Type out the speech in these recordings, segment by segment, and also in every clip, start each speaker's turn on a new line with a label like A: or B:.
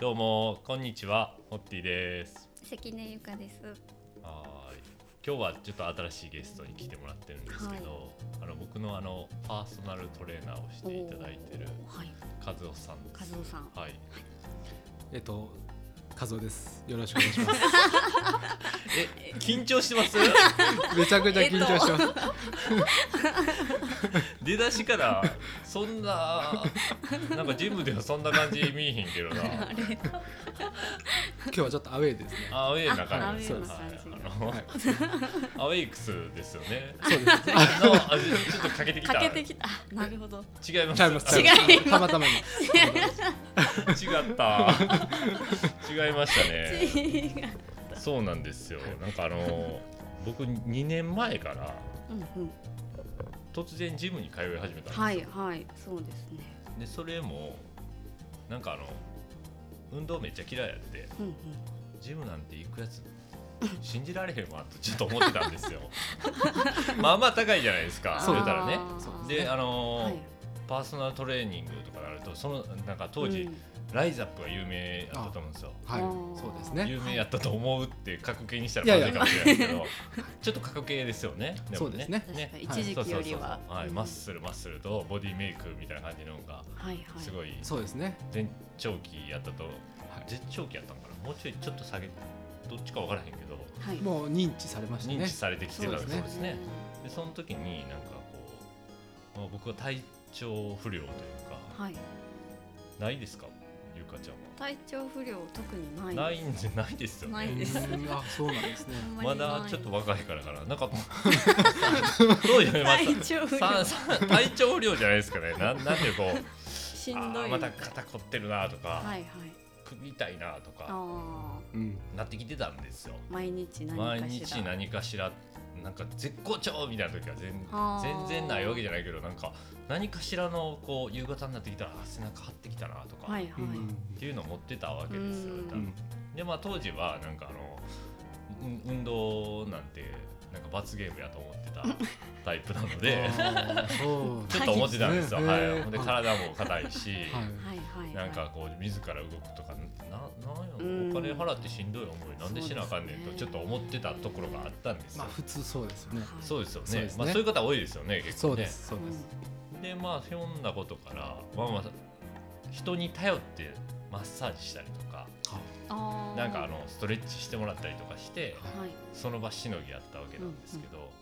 A: どうもこんにちはホッティです
B: 関根ゆかです。
A: はーい今日はちょっと新しいゲストに来てもらってるんですけど、あの僕のあのパーソナルトレーナーをしていただいてる
B: おーはい、
A: 和夫さんです
B: 和夫さん
A: はい
C: えっと、和夫です。よろしくお願い します。
A: え緊張してます
C: めちゃくちゃ緊張してます。
A: 出だしからそんななんかジムではそんな感じ 見えへんけどな
B: あれ、
C: 今日はちょっとアウェイですね。
A: アウェイな
C: あアウ
A: 感
C: ェ
A: じ
C: イそう
A: は
C: で
A: い
C: す
A: あ
C: は
A: の
C: い、
A: アウェイクスですよね
C: そうです。
A: のあちょっとかけてきた
B: かけてきた。あなるほど。
A: 違います
C: ちゃいます。
B: 違い
C: ま
B: ます
C: すたまたまに。
A: 違った違いましたね
B: 違う
A: そうなんですよなんかあの僕2年前から
B: うんうん。
A: 突然ジムに通い始めたんですよ、
B: はいはい、そうですね。
A: でそれもなんかあの運動めっちゃ嫌いやって
B: うんうん。
A: ジムなんて行くやつ信じられへんわとちょっと思ってたん ですよまあまあ高いじゃないですか
C: そう
A: れたらね
B: あー
C: そう
A: であの
B: はい
A: パーソナルトレーニングとかになるとそのなんか当時、
B: うん
A: ライザップが有名やったと思うんですよ
C: はい
B: あ、ー
C: そうですね。
A: 有名やったと思うって格系にしたらまずいかもしれないですけど、ちょっと格系ですよね。も
C: そうですね
B: 確かに
A: は
B: 一時期より
A: そうそうそう
B: は
A: はい、
B: うん
A: マッスルマッスルとボディメイクみたいな感じの方が
B: はいはい。
A: すごい
C: そうですね。
A: 全長期やったと
C: はい
A: 絶長期やったのかなもうちょいちょっと下げどっちかわからへんけど
B: はい。
C: もう認知されました
A: 認
C: ね
A: 知。されてきてるわけ
C: そう
A: で
C: です
A: ね。でその時になんかこう、まあ、僕は体調不良というか
B: はい。
A: ないですかゆうかちゃんは。
B: 体調不良特にない。
A: ないんじゃないですよね。
B: ない
C: うん
B: です
C: あ、そうなんですね。
B: あん
A: ま
B: りない
A: だちょっと若いからかな。なんか もうそうじゃない。
B: 体
A: ま
B: 調不
A: た
B: 良
A: さんさん体調不良じゃないですかね。なんなんでこう、
B: し
A: あ
B: んど
A: ー
B: い。
A: また肩凝ってるなとか、
B: はいはい。
A: 首痛いなとか
B: ああ、
C: うん。
A: なってきてたんですよ。
B: 毎日何かしら。
A: 毎日何かしらなんか絶好調みたいな時は全
B: あー
A: 全然ないわけじゃないけど、なんか何かしらのこう夕方になってきたらあ背中張ってきたなとか、
B: はい
A: っ
B: は
C: う
B: い。
C: ん
A: ていうのを持ってたわけですよ。
B: うん
A: 多
C: う
A: 分
C: ん。
A: でまあ当時はなんかあのうん運動なんてなんか罰ゲームやと思ってたタイプなの で
C: あー、そう。
A: ちょっと思ってたんですよ、
C: はい
A: はい、ほんで
C: はい
A: 体も硬いし、
C: は
B: はいはい。
A: なんかこう自ら動くとかなな
B: うん
A: んやろお金払ってしんどい思いなんでしなあかんねんと
B: そうですね
A: ちょっと思ってたところがあったんです
C: い。
A: よ
C: まあ、。普通そうですよね。
B: はい
A: そうですよね
C: そうです
A: ま
C: ね
A: あ、そういう方多いですよね結
C: そ
A: 構
C: う
A: ね
C: です。そうです。
A: でまあひょんなことから、まあ、まあ人に頼ってマッサージしたりとか
B: あー
A: なんかあのストレッチしてもらったりとかして、
B: はい
A: その場しのぎやったわけなんですけど、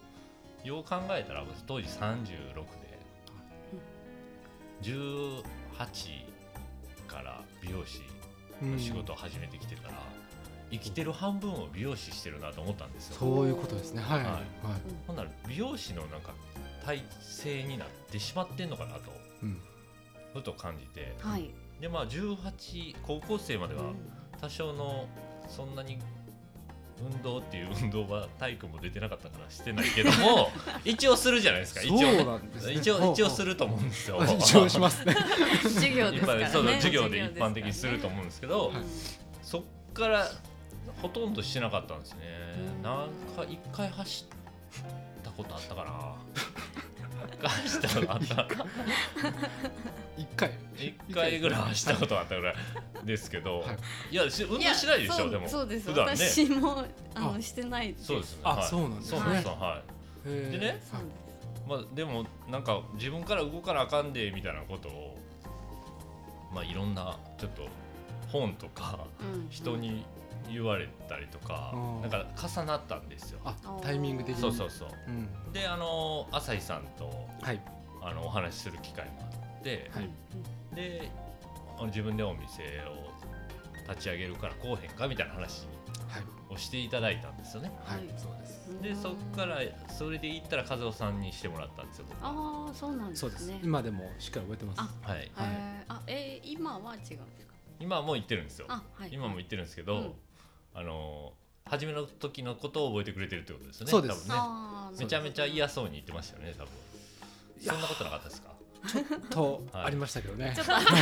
A: よう考えたら僕当時36で、18から美容師
C: うん
A: の仕事を始めてきてから、生きてる半分を美容師してるなと思ったんですよ。
C: そういうことですね。はい。
A: はい
C: はい。
A: ほんなら美容師のなんか体制になってしまってんのかなと
C: うん。
A: ふと感じて
B: はい。
A: でまあ18高校生までは 多少のそんなに運動っていう運動は体育も出てなかったからしてないけど も一応するじゃないですか一応
C: そう
A: ね
C: なんですね。
A: 一応一応す
C: る。
A: ると思うんですよ
C: 一応しますね。
B: 授業ですからね。
A: 一般そう授業で一般的にすると
B: 思
A: 思うんですけど、
C: はい
A: そっからほとんどしてなかったんですね
B: うん
A: なんか一回走ったことあったかな一回走ったことあった
C: 一回。
A: 一回ぐらい走ったことあったぐらいですけど、、
C: はい
A: やし運動しないでしょでも
B: そうです。
A: 普段ね
B: 私もあの
C: あ
B: してないです。
A: そうですね
C: あ
A: はい
C: そうなんです
A: そ
C: ね
A: うですは
C: へー
A: でね
B: そう
A: い、まあ、でもなんか自分から動かなあかんでみたいなことをまあいろんなちょっと本とか
B: うん
A: 人。に言われたりとか、
C: うん
A: なんか重なったんですよ。
C: あタイミング的に
A: そうそうそう。
C: うん
A: であの朝日さんと
C: はい
A: あのお話しする機会もあって、
C: はい
A: であの自分でお店を立ち上げるからこうへんかみたいな話
C: はい
A: をしていただいたんですよね。
C: はい、
B: はい
C: そうです
B: うん
A: でそっからそれで行ったら和夫さんにしてもらったんですよ。僕は
B: ああそうなんで
C: そうですす
B: ね。
C: 今でもしっかり覚えてます
B: あ
A: い。
B: へーあえー今は違うんですか。
A: 今はもう行ってるんですよ。
B: あはい。
A: 今も
B: い
A: 行ってるんですけど、
B: うん
A: あの初めの時のことを覚えてくれてるってことですよね。
C: そうです
A: 多分ね。
B: ね
A: めちゃめちゃ嫌そうに言ってましたよね。多分。
C: いや
A: そんなことなかった ですか。
C: と、
A: はい
C: ありましたけどね
B: ちょっとあったあっ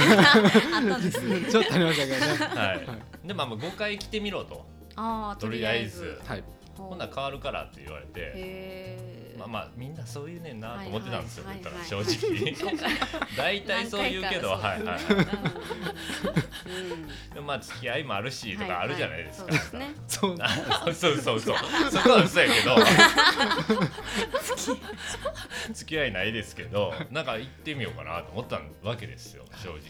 B: たんですね。
C: ちょっとありましたけどね
A: はい
C: は。
A: でまあまあ5回来てみろと。
B: ああ
A: とりあえず。
C: はい
A: ほんなら変わるからって言われて、
B: へえ。
A: ままあまあみんなそう言うねんなと思ってたんですよ、
B: はいはい
A: 言った
B: は
A: ら
B: い
A: 正
B: はい
A: 直 大体
B: 何回か
A: そう言うけどはいはい
B: そうですねうん
A: でもまあ付き合いもあるしとかあるじゃないですか、
B: はいはいそうですね
C: そう
A: あ そうそうそうそこは嘘やけど 付き合いないですけどなんか行ってみようかなと思ったわけですよ正直
B: はい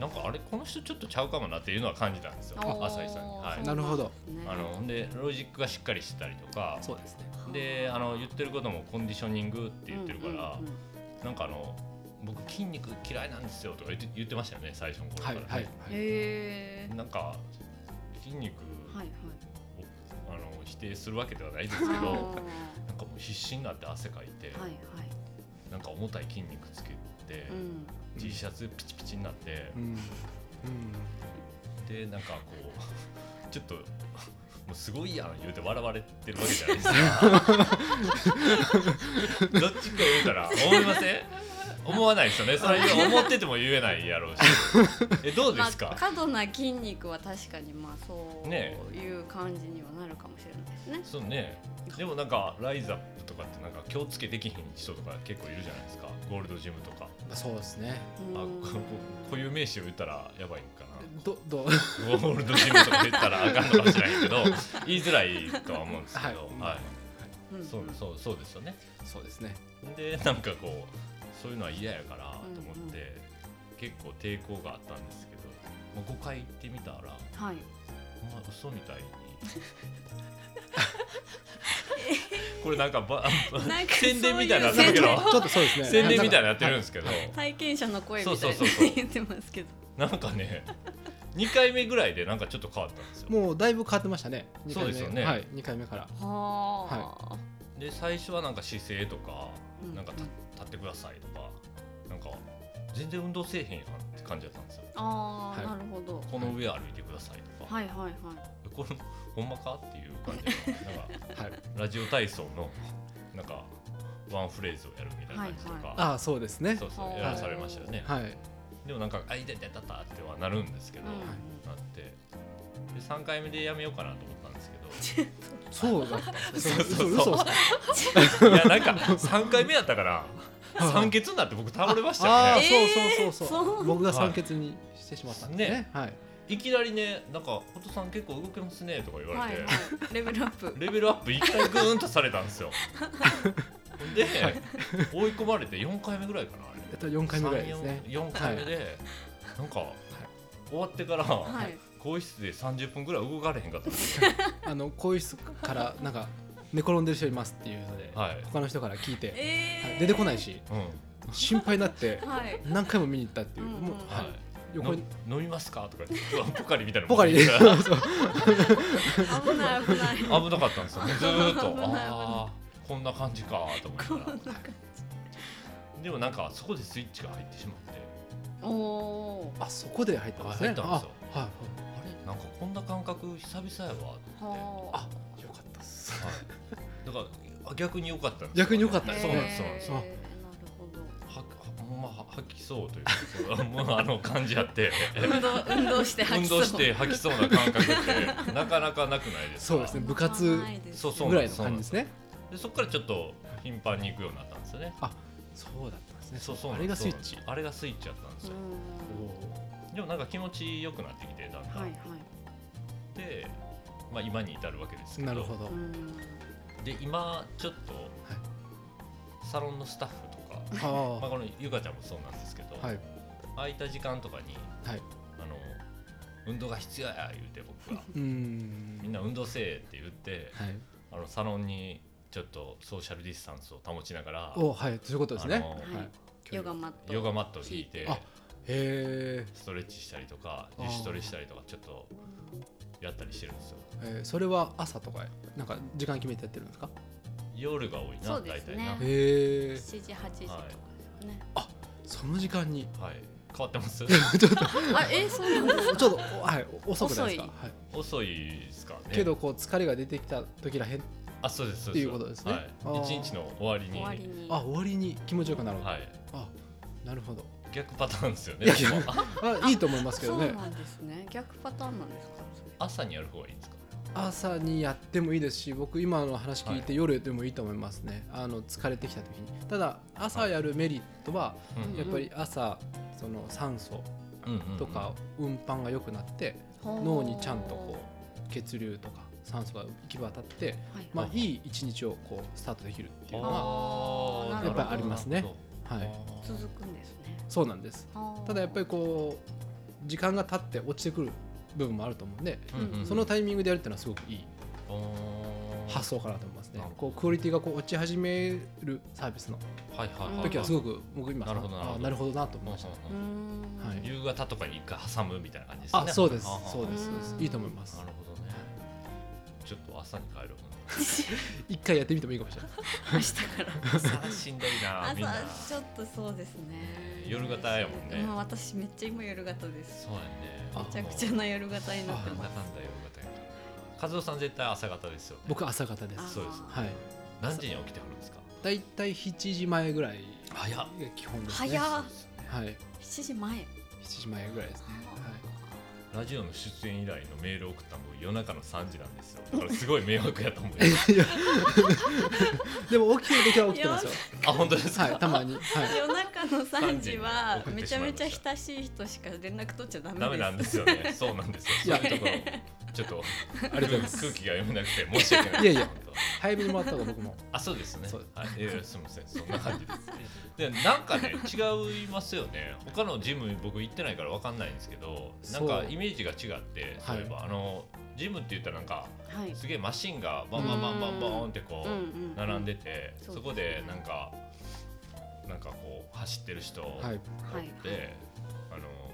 A: なんかあれこの人ちょっとちゃうかもなっていうのは感じたんですよ
B: おー
A: 浅井さんに、は
B: そう
A: い、
C: なるほど
B: んですね
A: あのほんでロジックがしっかりしてたりとか
C: そうですね
A: であの言ってることもコンディショニングって言ってるから、
B: うんうんうん
A: なんかあの僕筋肉嫌いなんですよとか言って言ってましたよね最初の頃か
C: は
A: ら
C: い
A: ね、
C: はいはい
B: へえ
A: なんか筋肉を、
B: はいはい
A: あの否定するわけではないです
B: あ
A: けど
B: ー
A: な
B: は
A: ん
B: い
A: かもう必死になって汗かいて、
B: はい
A: なんか重たい筋肉つけて、
B: うん
A: T シャツピチピチになって
C: う、ん
A: でなんかこう ちょっともうすごいやん言うて笑われてるわけじゃないですかどっちか言うたら思いません思わないですよねそれは思ってても言えないやろうしえどうで
B: ます
A: か、
B: あ過度な筋肉は確かにまあ
A: ね
B: そういう感じにはなるかもしれないです
A: そ
B: ね
A: うねでもなんかライザップとかってなんか気をつけできひん人とか結構いるじゃないですかゴールドジムとか
C: まあそうですね
A: あこ
B: うん
A: こういう名詞を言ったらやばいんかな
C: どどう
A: ゴールドジムとか言ったらあかんのかもしれ ないけど言いづらいとは思うんですけど、
C: は
A: はい
B: うん
A: そうそうそうですよね
C: そうですね
A: でなんかこうそういうのは嫌やからと思って、
B: うんうん
A: 結構抵抗があったんですけど、まあ、5回行ってみたら
B: はい
A: ほんま嘘みたい にこれなんかば
B: なん か
A: 宣伝みたいになって
B: そうい
A: るけ
B: う
A: ど
B: 宣
C: ちょっとそうですね
A: 宣伝みたいになってるん
C: は
A: ですけど、
B: 体験者の声みた
A: そう
B: い
A: そうそうそう
B: に言ってますけど
A: なんかね2回目ぐらいでなんかちょっと変わったんですよ
C: もうだいぶ変わってましたね二回目
A: そうですよね
C: はい二回目から
B: はあ
A: で最初はなんか姿勢とか
B: うん
A: なんかた立ってくださいとかなんか全然運動せえへんやんって感じだったんですよ
B: あ
C: は
B: あ
C: い
B: なるほど
A: この上歩いてくださいとか、
B: はいはいはい
A: これほんまかっていう感じでなんか
C: はい
A: ラジオ体操のなんかワンフレーズをやるみたいな感じとか、
B: は
C: ああそうですね
A: そう
B: は
A: そう
B: い
A: やらされましたよね、
C: はい
A: でもなんか「あいたいたいたいた」ってはなるんですけど、
B: うん
A: なってで3回目でやめようかなと思ったんですけど
C: そうだったんです
A: そ
C: ね
A: うそうそう
C: 嘘嘘嘘
A: い やなんか3回目やったから
C: はい
A: 酸欠になって僕倒れました
C: あ
A: よ
C: あ
A: ね
C: そうそうそう
B: そ
C: そうう僕が酸欠にしてしまったんです
A: ね
C: ねはい
A: いきなりねなんか「お父さん結構動けますね」とか言わ
B: はい
A: れて、
B: はいレベルアップ
A: レベルアップ1回グーンとされたん ですよで、
C: はい
A: 追い込まれて4回目ぐらいかなあれ
C: えっと4回目ぐらいですね
A: 3 4回目で、なんか、終わってから、
B: はい
A: 更衣室で30分ぐらい動かれへんかったんですよ
C: あの更衣室からなんか寝転んでる人いますっていうので、
A: はい
C: 他の人から聞いて、は
B: え
C: い
B: ー
C: 出てこないし
A: うん
C: 心配になって
B: はい
C: 何回も見に行ったっていう、
B: うんうん
C: もう、
A: は
C: はいい、横
A: の
C: に
A: 飲みますかとか言ってうわポカリみたいなの
C: ポ カリで
A: 持ってきた
C: そう
B: 危ない危ない
A: 危なかったんですよねずーっと
B: 危ない危ない
A: ああこんな感じかと思いながらでもなんかそこでスイッチが入ってしまって
B: おお
C: あそこで入ったんですね
A: 入ったんですよ
C: あは
A: あれなんかこんな感覚久々やわ
B: ーはあ
C: いよかったっす
A: だからあ逆に良かったんです
C: 逆に良かった
A: ね
C: です
A: そうなんですそうなん
B: へ
A: で
B: ー
A: す
B: な
A: は
B: るほど
A: はほんまは吐きそうというかそうもうあの感じやって
B: 運動運動して 吐
A: 運
B: きそう
A: 動して吐きそうな感覚ってなかなかなくないですか
C: そうですね部活
B: ないです
A: そうそう
C: ぐらいの感じですね
A: でそこからちょっと頻繁に行くようになったんですよね
C: そうだったんですね
A: そうそう
C: あ
A: なん
C: れ
A: で
C: が
A: す
C: スイッチ
A: そうなんですあれがスイッチやったんです
B: う
A: よ
B: ん
A: でもなんか気持ちよくなってきてだんだん、
B: はいはい
A: で、まあ、今に至るわけですけど
C: なるほど、
B: うん
A: で今ちょっとサロンのスタッフとか、
C: ああ
A: まあ、このゆかちゃんもそうなんですけど、
C: はい
A: 空いた時間とかに
C: はい
A: あの運動が必要や言うて僕 が
C: うーん
A: みんな運動せえって言って
C: はい
A: あのサロンにちょっとソーシャルディスタンスを保ちながら
C: おはいそういうことですね
A: あの
B: はいヨガマット
A: ヨガマットを引いて
C: あへ
A: ストレッチしたりとか
C: あー
A: 自主トレしたりとかちょっとやったりしてるんですよ
C: ーえーそれは朝とかなんか時間決めてやってるんですか
A: 夜が多いな、
B: そうで
A: 大
B: す
A: 体
B: ね
A: な、
C: へえ
B: 7時8時とかですよね
C: その時間に
A: はい、変わってます
B: あ えそうなんですか
C: ちょっとおはいお遅くないですか
B: 遅
C: はい
A: 遅いですかね
C: けどこう疲れが出てきた時らへん
A: あそうですそ
C: っ
A: う
C: て
A: です
C: いうことですね
A: はい
C: あー
A: 一日の終わりに
B: 終わりに
C: あ終わりに気持ちよくなる
A: は
C: あ
A: い、
C: なるほど
A: 逆パターンですよね
C: いやいや
A: でもあ
C: あいいと思いますけ
B: そ
C: ど
B: う
C: ね
B: なんですね逆パターンなんですかそれ
A: 朝にやる方がいいんですか
C: 朝にやってもいいですし僕今の話聞いて夜でもいいと思いますね、あの疲れてきた時にただ朝やるメリットは
A: うん
C: やっぱり朝その酸素
A: うんうんうん
C: とか運搬が良くなって脳にちゃんとこう血流とか酸素が行き渡っ
B: う、
C: て、
B: はい
C: まあ
A: は、い
C: いい一日をこうスタートできるっていうのは
A: あー
B: あー
A: なるほど
B: やっぱりあり
C: ますね
A: なるほど
C: はい
A: あー
B: 続くんですね
C: そうなんですただやっぱりこう時間が経って落ちてくる部分もあると思うんで、
A: うんうん
C: そのタイミングでやるっていうのはすごくいい
A: あー
C: 発想かなと思います
A: な
C: ね
A: るほど
C: こうクオリティがこう落ち始めるサービスの
A: はいはいはい
C: 時はす
A: い
C: ごく僕今
A: なるほどなるほど
C: あなるほどなと思いました、
B: うーん
C: はい
A: 夕方とかに一回挟むみたいな感じですね
C: あそうです
A: あー
C: そうですそうですいいと思います
A: なるほどねちょっと朝に帰る
C: 一回やってみてもいいかもしれない
B: 明日から
A: 朝しんどいなみんな
B: 朝ちょっとそうですね
A: 夜型やもんね
B: まあ私めっちゃ今夜型です
A: そうやね
C: あ
B: めちゃくちゃな夜型になって
A: なんだ
B: ま
A: か
B: す
A: んだ夜型やから和夫さん絶対朝型ですよね
C: 僕朝方です
B: あー
A: そうです
C: はい
A: 何時に起きてはるんですか
C: だいたい7時前ぐらい
A: 早っ
C: が基本ですね
B: 早
A: そう
B: っ
A: ですね
C: はい
B: 7時前
C: 7時前ぐらいですね
A: ラジオの出演以来のメールを送ったのも夜中の3時なんですよだからすごい迷惑やと思います
C: はいいやでも起きてる時は起きてますよ
A: あ本当ですか、
C: はいたまにはい
B: 夜中の3時は
A: 3時に送っ
B: め
A: て
B: ち
A: し
B: ゃ
A: まい
B: め
A: ま
B: ちゃ
A: した
B: 親しい人しか連絡取っちゃダメです
A: ダメなんですよ ね。そうなんですよ。
C: い
A: そ
C: や
A: ういうところ、ちょっと、
C: ありがとうございます
A: 空気が読めなくて、申し訳ない。
C: いやいや
A: 本当。
C: 早めにもらった方 が僕も
A: あ、そうですね
C: そう。
A: はい、いやいやすみません、そんな感じです。で、なんかね、違いますよね。他のジム、僕行ってないから、わかんないんですけど。なんか
C: そう
A: イメージが違って、そういえば、あの、ジムって言ったら、なんか、
B: はい
A: すげえマシンが、バンバンバンバンバンって、こ
B: うん
A: う、
B: うん
A: 並んでて、
B: そうですね
A: そこで、なんか。なんか、こう、走ってる人。
C: はい
B: はい
A: で、あの。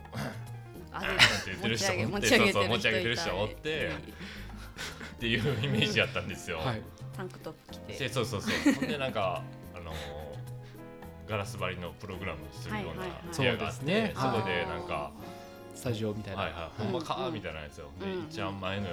B: なんか
A: なんて言ってる人もお
B: 持
A: っ
B: ち
A: て
B: 上げて
A: そうそう持ち上げてる人
B: 人
A: がおっ
B: いた
A: て
B: り
A: っていうイメージやったんですよ。
C: はい
B: タンクトップ着
A: で
B: て
A: そうそうそう。ほんでなんかあのーガラス張りのプログラムをするような
B: はいはいはい
A: 部屋があっ
C: そうで
A: て
C: すね、
A: そ
C: はい
A: こでなんか
C: スタジオみたいな
A: はいはい、ほんまかーみたいなやつよ。で、
B: うん
A: 一番前のや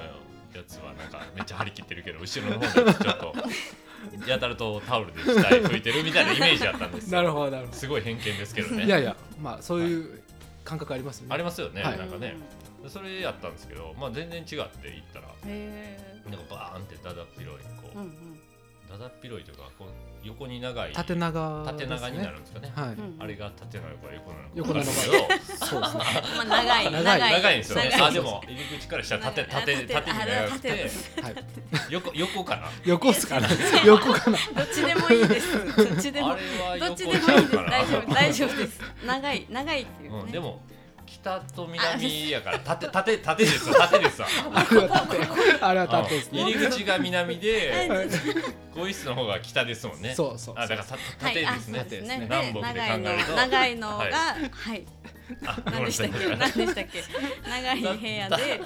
A: つはなんかめっちゃ張り切ってるけど、後ろの方がちょっと やたらとタオルで額拭いてるみたいなイメージやったんですよ。
C: なるほどなるほ
A: すごい偏見ですけど
C: ど
A: ね。
C: いやいやまあそういう感覚ありますよね
A: ありますよね、
C: はい
A: なんかね。でそれやったんですけど、まあ全然違って行ったら。
B: へ
A: なんかバーンってだだっ広いこう、
B: ーうんうん
A: だだっ広いというかこう横に長い
C: 縦長
A: 縦長になるんですかね
C: はい
B: うん
A: あれが縦なのか横なのか
C: 横なのか
A: わかんないけ
C: そうですね
B: まあ長い
C: 長い
A: ど 長いんですよね
B: 長
A: あ
B: い
A: でも入り口からしたら縦
B: 長い
A: 縦縦に長く
B: あれ
A: て
B: は
C: はい
A: 横横かな
C: 横っ すかな横かな
B: どっちでもいいですどっちで
A: あ
B: も
A: れは
B: ど
A: 横
B: っち
A: ち
B: でもいいです
A: ゃうかな
B: 大丈夫大丈夫です長い長いっていう
A: うん、
B: ね
A: でも北と南やから縦縦縦ですわ縦ですわ
C: あれは縦 あれは縦です
A: うん
C: ね
A: 入り口が南
B: はい
A: で
C: はい
A: 更衣室の方が北ですもんね
C: そうそう
A: あだからた
B: はい
A: 縦で
B: あ
A: す
B: そう
A: ね,、
B: ですねで
A: 南北で考
B: 長いの
A: えると
B: 長いのが
A: はい
B: はい
A: あごめん
B: 何
A: な
B: でし
A: さい
B: たっけ何でしたっけ長い部屋で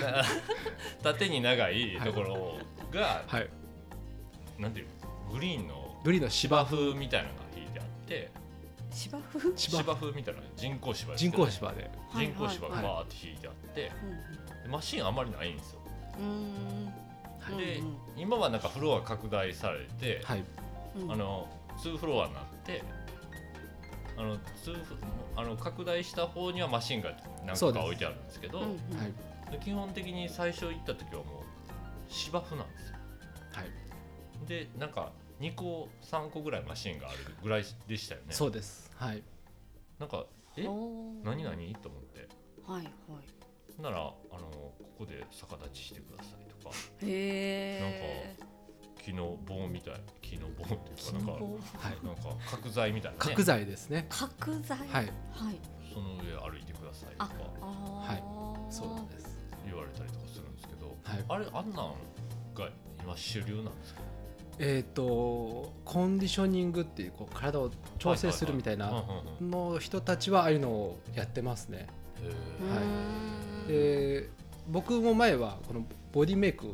A: な 縦に長いところが、
C: はい
A: なんていうのグリーンの
C: グリーンの芝
A: 芝
C: 生
A: 生みたいなのが引いてあって
B: 芝生
C: 芝
A: 芝
C: 生
A: 生みたいな人工芝です
C: 人
A: よね
C: 工芝で
B: はい
A: 人工芝が
C: はい
A: バーって引いてあって、でマシンあんまりないんですよ
B: うんうん
A: で
B: うん
A: 今はなんかフロア拡大されて、
C: はい
B: うん
A: あの2フロアになってあのツーフあの拡大した方にはマシンが何
C: そ
A: 個
C: うで
A: か
C: す
A: 置いてあるんですけど
B: うんうん
C: はい
A: で基本的に最初行った時はもう芝生なんですよ
C: はい
A: でなんか2個3個ぐらいマシンがあるぐらいでしたよね
C: そうですはい
A: なんかえ
B: おー
A: 何何と思って
B: はいはい
A: ほんならあのここで逆立ちしてくださいとか
B: へえ
A: 木の棒みたい木の棒っていうかなんか
C: はい
A: なんか角材みたいな、ね、
C: 角材ですね
B: 角材
C: は
B: はい
C: い
A: その上歩いてくださいと
B: あ
A: か
B: あー
C: そうなんです
A: 言われたりとかするんですけど
C: はい
A: あれあんなんが今主流なんですか
C: えっとコンディショニングっていうこう体を調整するみたい
A: はいは
C: ない
A: はいうんうんうん
C: の人たちはああいうのをやってますね
A: へ
B: う
A: ー
C: はい
B: ーん
C: で僕も前はこのボディメイク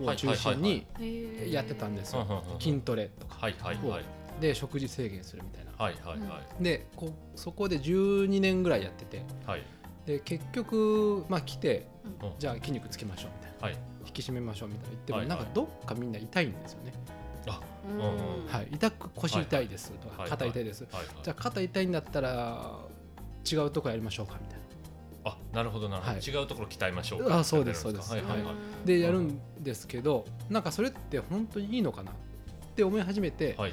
C: を中心に
B: へー
C: やってたんです
A: うん
C: よ
A: うんうんうん
C: 筋トレとか
A: はいはいはい
C: で食事制限するみたいな
A: はいはいはい
C: でこそこで12年ぐらいやってて
A: はい
C: で結局まあ来て
B: うん
C: じゃあ筋肉つけましょうみたいな
A: はい
C: 引き締めましょうみたいな言っても
A: はいは
C: ないんかどっかみんな痛いんですよね
B: うん
A: うんうん
C: はい痛く腰痛いですと
A: はいは
C: か
A: い
C: 肩痛いです
A: はいはい
C: じゃあ肩痛いんだったら違うとこやりましょうかみたいな
A: あなるほどなるほど、
C: はい
A: 違うところ鍛えましょうか
C: あそうです
A: ってなるんか
C: そうです
A: はいはいは
C: でやるんですけどなんかそれって本当にいいのかなって思い始めて、
A: いはい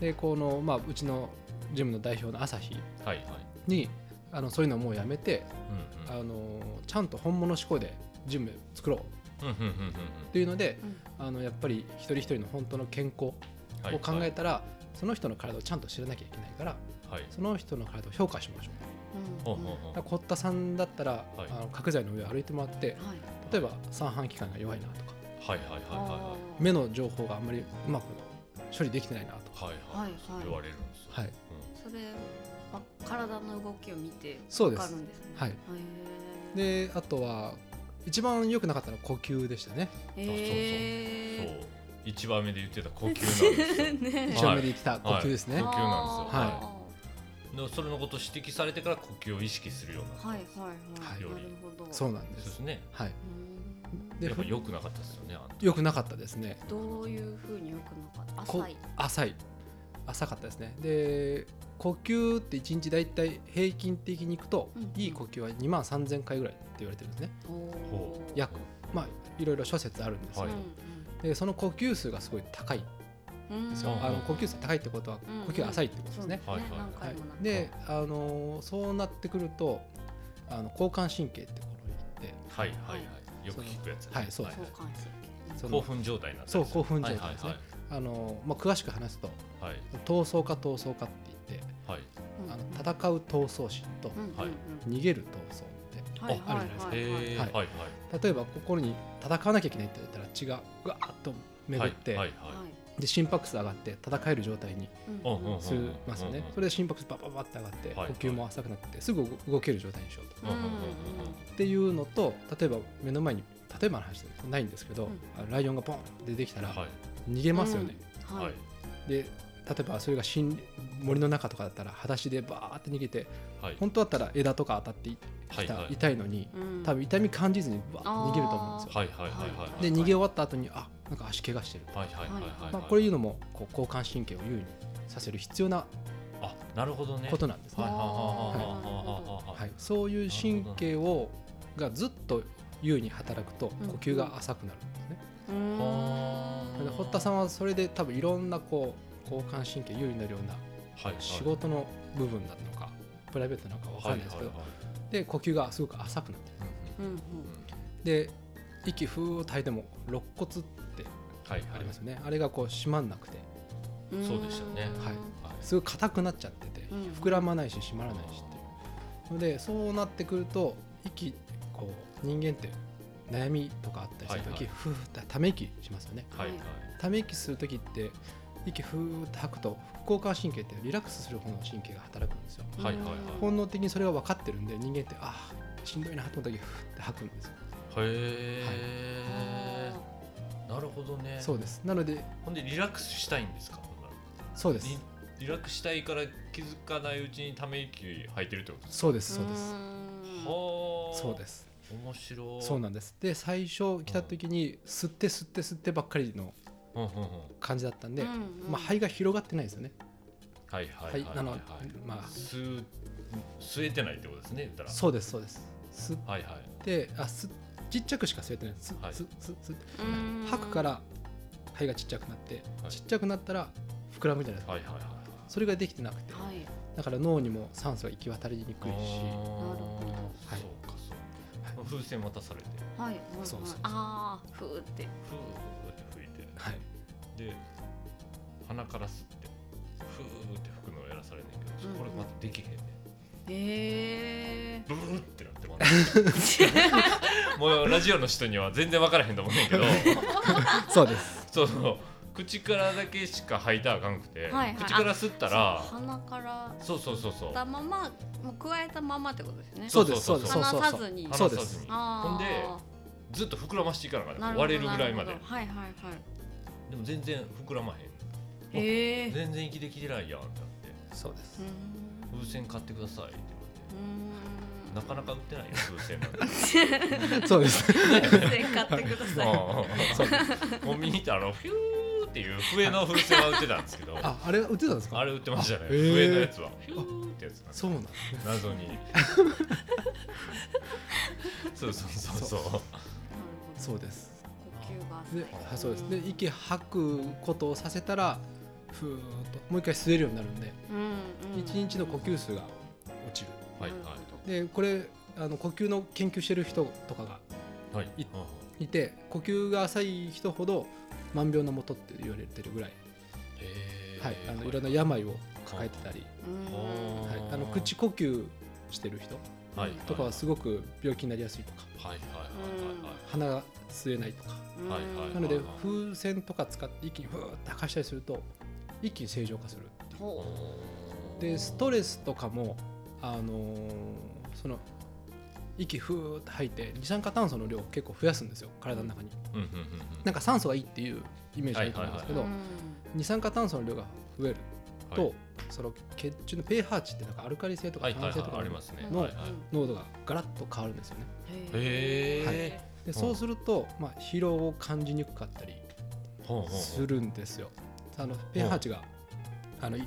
C: でこの、まあ、うちのジムの代表の朝日
A: はいはいはいはい
C: にあのそういうのもうやめて、
A: うん
C: あのちゃんと本物志向でジム作ろう
A: うんうんうんうんうん
C: っていうので
B: うん
C: あのやっぱり一人一人の本当の健康
A: うんはい
C: を考えたら、その人の体をちゃんと知らなきゃいけないから
A: はいはい
C: その人の体を評価しましょ
A: ほ
B: う
C: う
A: うん
B: うん
A: ほう
B: は
A: ほう
C: だから堀田さんだったら、
A: はい
C: あの角材の上を歩いてもらって
B: い
C: 例えば三半規管が弱いなとか
A: はいはいはいはいは
C: 目の情報があんまりうまく処理できてないなとか、
A: いはいは
B: はいい
A: そう言われるんですよ
C: はい、
B: それは体の動きを見て
C: そう
B: わ
C: で
B: か
C: す
B: るんですね
C: はい、
B: へー
C: であとは一番良くなかったのは呼吸でしたね
A: うん
B: へ
A: そう一番目で言ってた呼吸なんですよ
B: ね
C: 一番目で言ってた呼吸です
A: は
C: ね、
A: い呼吸なんですよ
C: は
A: でそれのことを指摘されてから呼吸を意識するようになった
B: はいはい
C: はい
B: はい
A: よ
B: な
A: り
B: るほど
C: そう
B: う
C: なん
A: そ
C: で
A: うですすね
C: はい
B: ん
C: で
A: やっぱ良くなかったですよねあの
C: 良くなかったですね
B: どういうふうによくなかった
C: こ
B: 浅い
C: 浅い浅かったですねで呼吸って1日だいたい平均的にいくと、
B: うん
C: いい呼吸は2万3000回ぐらいって言われてるんですね
A: ほ
B: お
A: う
B: ー
C: 約まあいろいろ諸説あるんですよ、
A: はい
C: でその呼吸数がすごい高いん
B: うんうん
C: ですよ、
A: うん
C: あの呼吸数高いってことは
B: うん
C: 呼吸が浅いってことで
B: そ
C: す
B: うで
C: ね
B: すね、
A: はいはい
B: 何回もな
C: はい、で、あのーそうなってくるとあの交感神経ってこの言って
A: はいはいはいよく聞くやつ
C: はいそう
B: 交感神経
C: その
A: 興奮状態になったりする
C: そう興奮状態ですね
A: はい
C: あのーまあ、詳しく話すと
A: はいはい
C: 闘争か闘争かって言って
A: はい
B: うん
C: あの戦う闘争心と
B: うんうん
A: はい
C: 逃げる闘争って
B: はい
C: あるじゃないです
A: へー
C: は
A: はいいはい
C: 例えば心に戦わなきゃいけないって言ったら血がぐわーっと巡って、
A: はいはい
B: はい
C: で心拍数上がって戦える状態に
A: うんうんうん
C: するますよね、
A: うんうん
C: それで心拍数バババって上がって、
A: はい
C: 呼吸も浅くなってすぐ動ける状態にしようと
A: うんうんうん
C: っていうのと例えば目の前に例えばの話じゃないんですけ
B: う
C: ど、
B: ん
C: あのライオンがポンって出てきた
A: うん
C: ら
A: はい
C: 逃げますよね、
B: うん
A: はい
B: は
A: はいい
C: で例えばそれが森森の中とかだったら裸足でバーって逃げて
A: はい
C: 本当だったら枝とか当たってきた、
A: はいはい
C: 痛いのに
B: うん
C: 多分痛み感じずにバーって逃げると思うんですよ
A: はいはいはいはいはい
C: で逃げ終わった後にあなんか足怪我してる、
A: はいはいはいはい
C: まあ、これいうのもこう交感神経を優位にさせる必要な
A: あなるほどね
C: ことなんですね
A: はいはいはいはいはいはい
C: はい、そういう神経をがずっと優位に働くと
B: うん
C: 呼吸が浅くなるんですね。
B: うん
A: は
C: で堀田さんはそれで多分いろんなこう交感神経優位になるような
A: はいはい
C: 仕事の部分なのかプライベートなのか分かんないですけど、
A: はいはいはい
C: で呼吸がすごく浅くなってる
B: うんうん
C: で息ふーっと吐いても肋骨って
A: はい
C: ありますよね、あれがこう締まんなくて
B: うん
A: そうでしたね
C: はい
A: はい
C: すごい硬くなっちゃってて
B: うん
C: 膨らまないし締まらないしっていうのでそうなってくると息こう人間って悩みとかあったりする
A: はいは
C: 時
A: い
C: ふーってため息しますよね
A: はいはい
C: ため息する時って息ふーって吐くと副交感神経ってリラックスする方の神経が働くんですよ
A: はいはいはい
B: うん
C: 本能的にそれが分かってるんで人間ってあーしんどいなと思った時ふーって吐くんですよ
A: へえなるほどね
C: そうですなので
A: ほんでリラックスしたいんですかほんなら
C: そうです
A: リリラックスしたいから気づかないうちにため息吐いてるってことですか
C: そうですそうです
B: ん
A: はあ
C: そうです
A: 面白い
C: そうなんですで最初来た時に吸って吸って吸ってばっかりの
A: うんうんうん
C: 感じだったんで、
B: うんうん
C: まあ、肺が広がってないですよね。
A: はいはいは
C: 肺
A: い
C: なのまあ
A: 吸う吸えてないってことですね言ったら
C: そうですそうです。吸っ
A: はいはい
C: てあ吸っちっちゃくしか吸えてない。吸
A: はい
C: 吸吸吸って
B: うん
C: 吐くから肺がちっちゃくなって、
A: はい
C: ちっちゃくなったら膨らむじゃないですか。
A: はいはいはい
C: それができてなくて、
B: はい
C: だから脳にも酸素が行き渡りにくいし、
B: なるほど
A: あーそうかそうか風船渡されて
B: はいはい
C: そうそうそう
B: ああふーって
A: ふーって吹いて
C: はい、
A: で鼻から吸ってふーって吹くのをやらされんねんけ
B: う
A: ど
B: ん
A: これまたできへんねん
B: へえ
A: ブーってなってま うもうラジオの人には全然分からへんと思うねんけど
C: そ うです。
A: その口からだけしか吐いたらあかんくて、
B: いはい
A: 口から吸ったら
B: 鼻から
A: そうそうそうそう
B: たままもう加えたままってことですね
C: そうですそう
A: そう
C: です
A: そう
C: そうそう
B: 離
C: そ
B: さ
C: う
B: ずに
A: 離
C: そう
A: さ
C: で
A: ず
C: す
A: にほん
B: あ
A: で
B: ー
A: ずっと膨らましていかなあかった
B: なるほど
A: 割れるぐらいまで
B: なるほどはいはいは
A: でも全然膨らまへ
B: いへ
A: ん
B: え
A: 全然息できてないやんってなって
C: そうです
B: うー。ん
A: 風船買ってくださいって
B: うー
A: 言われてなかな
B: ん
A: か売ってないよ風船なんて
C: そうです。
B: 風船買ってください
A: ああもう見に行ったらフィューっっていう笛の風船は売ってたんですけど
C: ああれ売ってたんですか
A: あれ売ってましたね
C: あへー
A: 笛のやつはヒューってやつなんです
C: そうなんだ
A: 謎 にそうそうそうそう
B: そう
C: そうです
B: 呼吸が浅い
C: であそうですで息吐くことをさせたらふーっともう一回吸えるようになるんで
B: うんうん
C: 一日の呼吸数が落ちる
A: はい
B: なる
A: は
B: ほど
C: でこれあの呼吸の研究してる人とかが
A: いはい
C: いいて呼吸が浅い人ほど万病のもとって言われてるぐらい、
A: へー
C: はい、あのいろんな病を抱えてたり、
B: うん
A: あ
C: は
A: ー
C: い、あの口呼吸してる人
A: はい
C: とかは
A: はい
C: すごく病気になりやすいとか
A: はいはい
C: 鼻が吸えないとか
B: うん
A: はいはい
C: なので
A: はいはい
C: 風船とか使って一気にふーって吐かしたりすると一気に正常化する
A: はい
B: ほ
A: はい
C: でストレスとかもあのーその息ふーって吐いて二酸化炭素の量を結構増やすんですよ体の中に
A: うんうんうん
C: なんか酸素がいいっていうイメージがいいと思うんです
B: う
C: け
A: け
C: ど、
B: うん
C: 二酸化炭素の量が増える
A: うん
C: と、その血中の pH 値ってなんかアルカリ性とか
A: はいはいは
C: 酸
A: い
C: 性と
A: はい
C: か
A: あり
C: の
A: ますね
B: うん
A: はいはい
C: 濃度がガラッと変わるんですよね。
A: へー
B: はい
C: で
A: ん
C: そうすると、まあ、疲労を感じにくかったり
A: ほうほうほう
C: するんですよ。あの pH 値があのい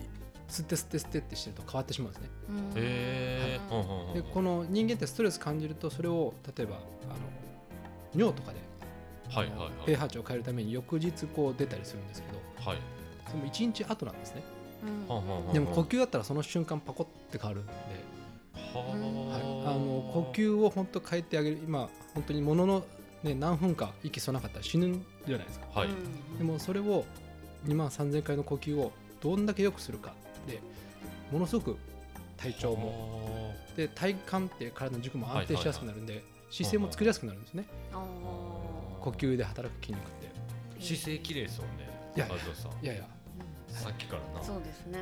C: 吸って吸って吸ってってしてると変わってしまうんですね。
B: うん
A: へーほうほうほう
C: でこの人間ってストレス感じるとそれを例えばあの尿とかで、
A: はいはいはい
C: pH 値を変えるために翌日こう出たりするんですけど
A: はい
C: それも1日後なんですね。
B: うん
A: ほうほうほう
C: でも呼吸だったらその瞬間パコって変わるんで。
A: は
C: はい、あ
A: あ
C: の呼吸を本当変えてあげる今本当にものの、ね、何分か息吸わなかったら死ぬじゃないですか
A: はい
B: うん
C: でもそれを2万3000回の呼吸をどんだけ良くするかでものすごく体調も
A: も
C: で体幹って体の軸も安定しやすくなるんで、姿勢も作りやすくなるんですね
B: あー
C: 呼吸で働く筋肉って
A: 姿勢綺麗ですもんね
C: いや
A: 和田さん
C: いやいや
B: う
A: さっきからなん
B: そうですね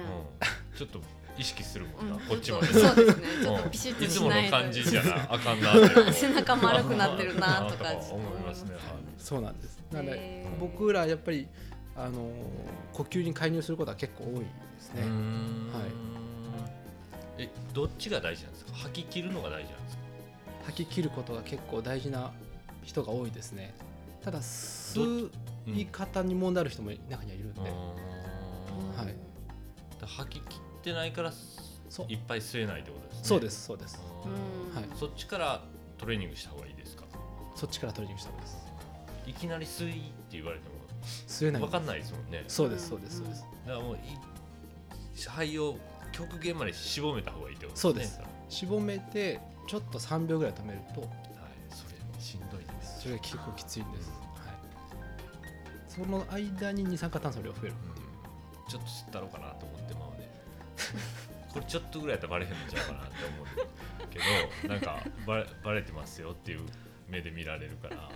A: うんちょっと意識するもんな、
B: うん
A: こっちま で。
B: そうですねちょっ
A: う
B: と
A: ん
B: ピシッ
A: い
B: と
A: つ
B: し
A: も
B: な
A: の
B: い
A: 感じじゃ
B: な
A: なあかんなって
B: 背中丸くなってるなとかちょっと
A: 思いますね。はい
C: そうなんですなので
B: へー
C: 僕らやっぱりあのー呼吸に介入することは結構多いです
A: うー
C: ね
A: ん
C: はい
A: えどっちが大事なんですか吐き切るのが大事なんですか
C: 吐き切ることが結構大事な人が多いですねただ吸う
A: うん
C: 言い方に問題ある人も中にはいるんで、
A: あ
C: は
A: ー
C: い
A: だ吐き切ってないから
C: そう
A: いっぱい吸えないってことですね
C: そうですそうです
A: あ
B: う
A: ー
B: ん
C: はい
A: そっちからトレーニングした方がいいですか
C: そっちからトレーニングした方がいい
A: いきなり吸いって言われて
C: です吸えない
A: も分かんないですもんね
C: そうですそうですそうです
A: だからもうい肺を極限までしぼめた方がいいってこと
C: そうで
A: ね
C: すしぼめてちょっと3秒ぐらい止めると
A: はい、それしんどいで
C: それが結構きついんです、はい、その間に二酸化炭素の量が増える
A: うん、ちょっと吸ったろうかなと思ってまうね これちょっとぐらいやったらバレへんのちゃうかなって思うけどなんかバレバレてますよっていう目で見られるから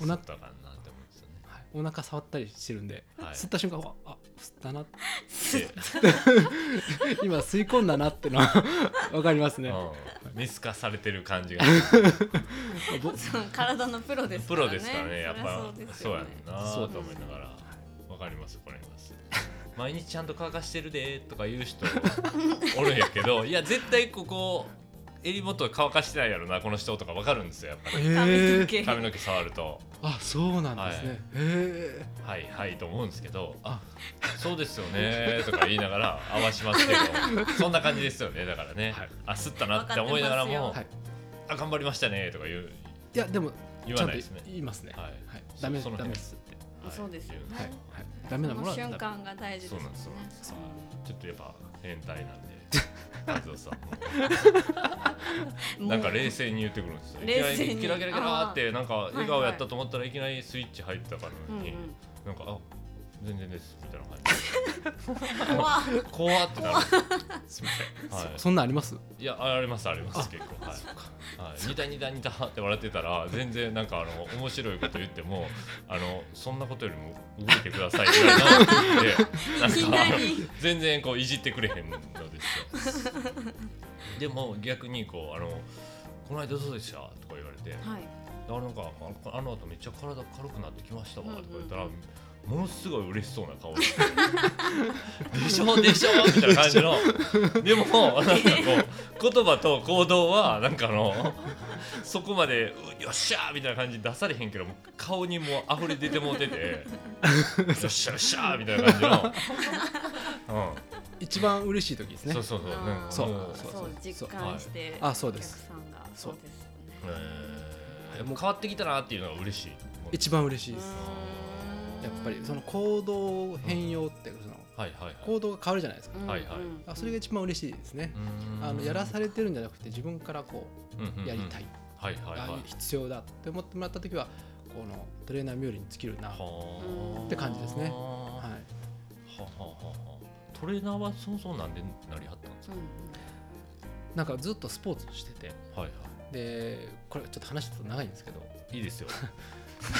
C: お
A: 吸
C: な
A: ったらあかんなって思うんですよね
C: はい、お腹触ったりしてるんで、
A: はい
C: 吸った瞬間うわあ吸ったな
A: で
C: 今吸い込んだなってのは わかりますね、
A: うん見透かされてる感じが
C: ぼ
B: そう体のプロです
A: プ
B: からね
A: ロですからねやっぱ
B: そりゃ
A: そう
B: そう
A: や
B: で
A: ん
B: すよね
A: な
C: そう
A: と思いながらわかりますわかります毎日ちゃんと乾かしてるでとか言う人おるんやけ どいや絶対ここ襟元乾かしてないやろなこの人とかわかるんですよやっぱり
B: 髪の
C: えー、
B: 毛
A: 髪の毛触ると
C: あそうなんですね、
A: はい
C: え
A: はいはいと思うんですけどあそうですよねとか言いながら合わしますけどそんな感じですよねだからね、
C: はい
A: あすったなって思いながらも、
C: ーはい、
A: あ頑張りましたねとか言う
C: いやでも
A: 言
C: ちゃ
A: わ
C: ん
A: な
C: と
A: いですね
C: 言いますね。
A: は
C: はいい。ダメ
A: その
C: ダメ
A: 辺
C: で。
A: ですって、
B: そうですよね
A: 言
C: はい
A: ん
C: はい。ダメな
B: そ
C: もの
B: の
C: はダメ
B: 瞬。間が大事です
A: そう
B: よ
A: なん
B: ね
A: ですそうなんです、
B: うん
A: ちょっとやっぱ変態 なんで和夫さんもなんか冷静に言ってくるんですよいきな
B: 冷静
A: り
B: に
A: キラキラキラーってなんか笑顔やったと思ったらいきなりスイッチ入ってたか
B: う
A: の
B: ん
A: に、
B: うん
A: なんかあ全然ですみたいな感じ
B: 怖っ
A: で怖ってなるすみません、はい、
C: そんなんあります？
A: いやありますあります結構はいはい似た似た似たって笑ってたら全然なんかあの面白いこと言ってもあのそんなことよりも動いてくださいみたいなのって
B: い
A: 言
B: き
A: ってな
B: なん
A: か
B: り
A: 全然こういじってくれへんのですよでも逆にこうあのこの間どうでしたとか言われて
B: はい
A: あなんかあのあの後めっちゃ体軽くなってきましたわとか言ったら、
B: うんうん
A: ものすごい嬉しそうな顔してでしょでしょみたいな感じのでもなんかこう言葉と行動はなんかあのそこまで「うよっしゃ!」みたいな感じ出されへんけどもう顔にもう溢れ出てもうてて「よっしゃよっしゃ!」みたいな感じの、
C: 一番嬉しい時です
A: うん
C: ね
A: そうそうそう、
B: あー
C: そう
A: うん
C: そう
B: そう実感して
C: あそうです
B: お客さんが
C: そう
B: ですよね
A: えーもう変わってきたなっていうのが嬉しいもん
C: 一番嬉しいうです
B: ーん
C: やっぱりその行動変容っていうかその
A: はいはいはい
C: 行動が変わるじゃないですか
B: うん
A: はいはい
B: うん
C: あそれが一番嬉しいですね
A: うん
C: あのやらされてるんじゃなくて自分からこ
A: うんうんうん
C: うやりたい
A: はいはい
C: あ
A: はい
C: 必要だって思ってもらった時はこのトレーナー冥利に尽きるなは
A: はあ
C: って感じですね
A: はいはあはあはあトレーナーはそもそもなんでなりはったんです
B: う
A: か、
B: んうん
C: なんかずっとスポーツしてて
A: はいは
C: でこれちょっと話ちょっと長いんですけど
A: いいいですよ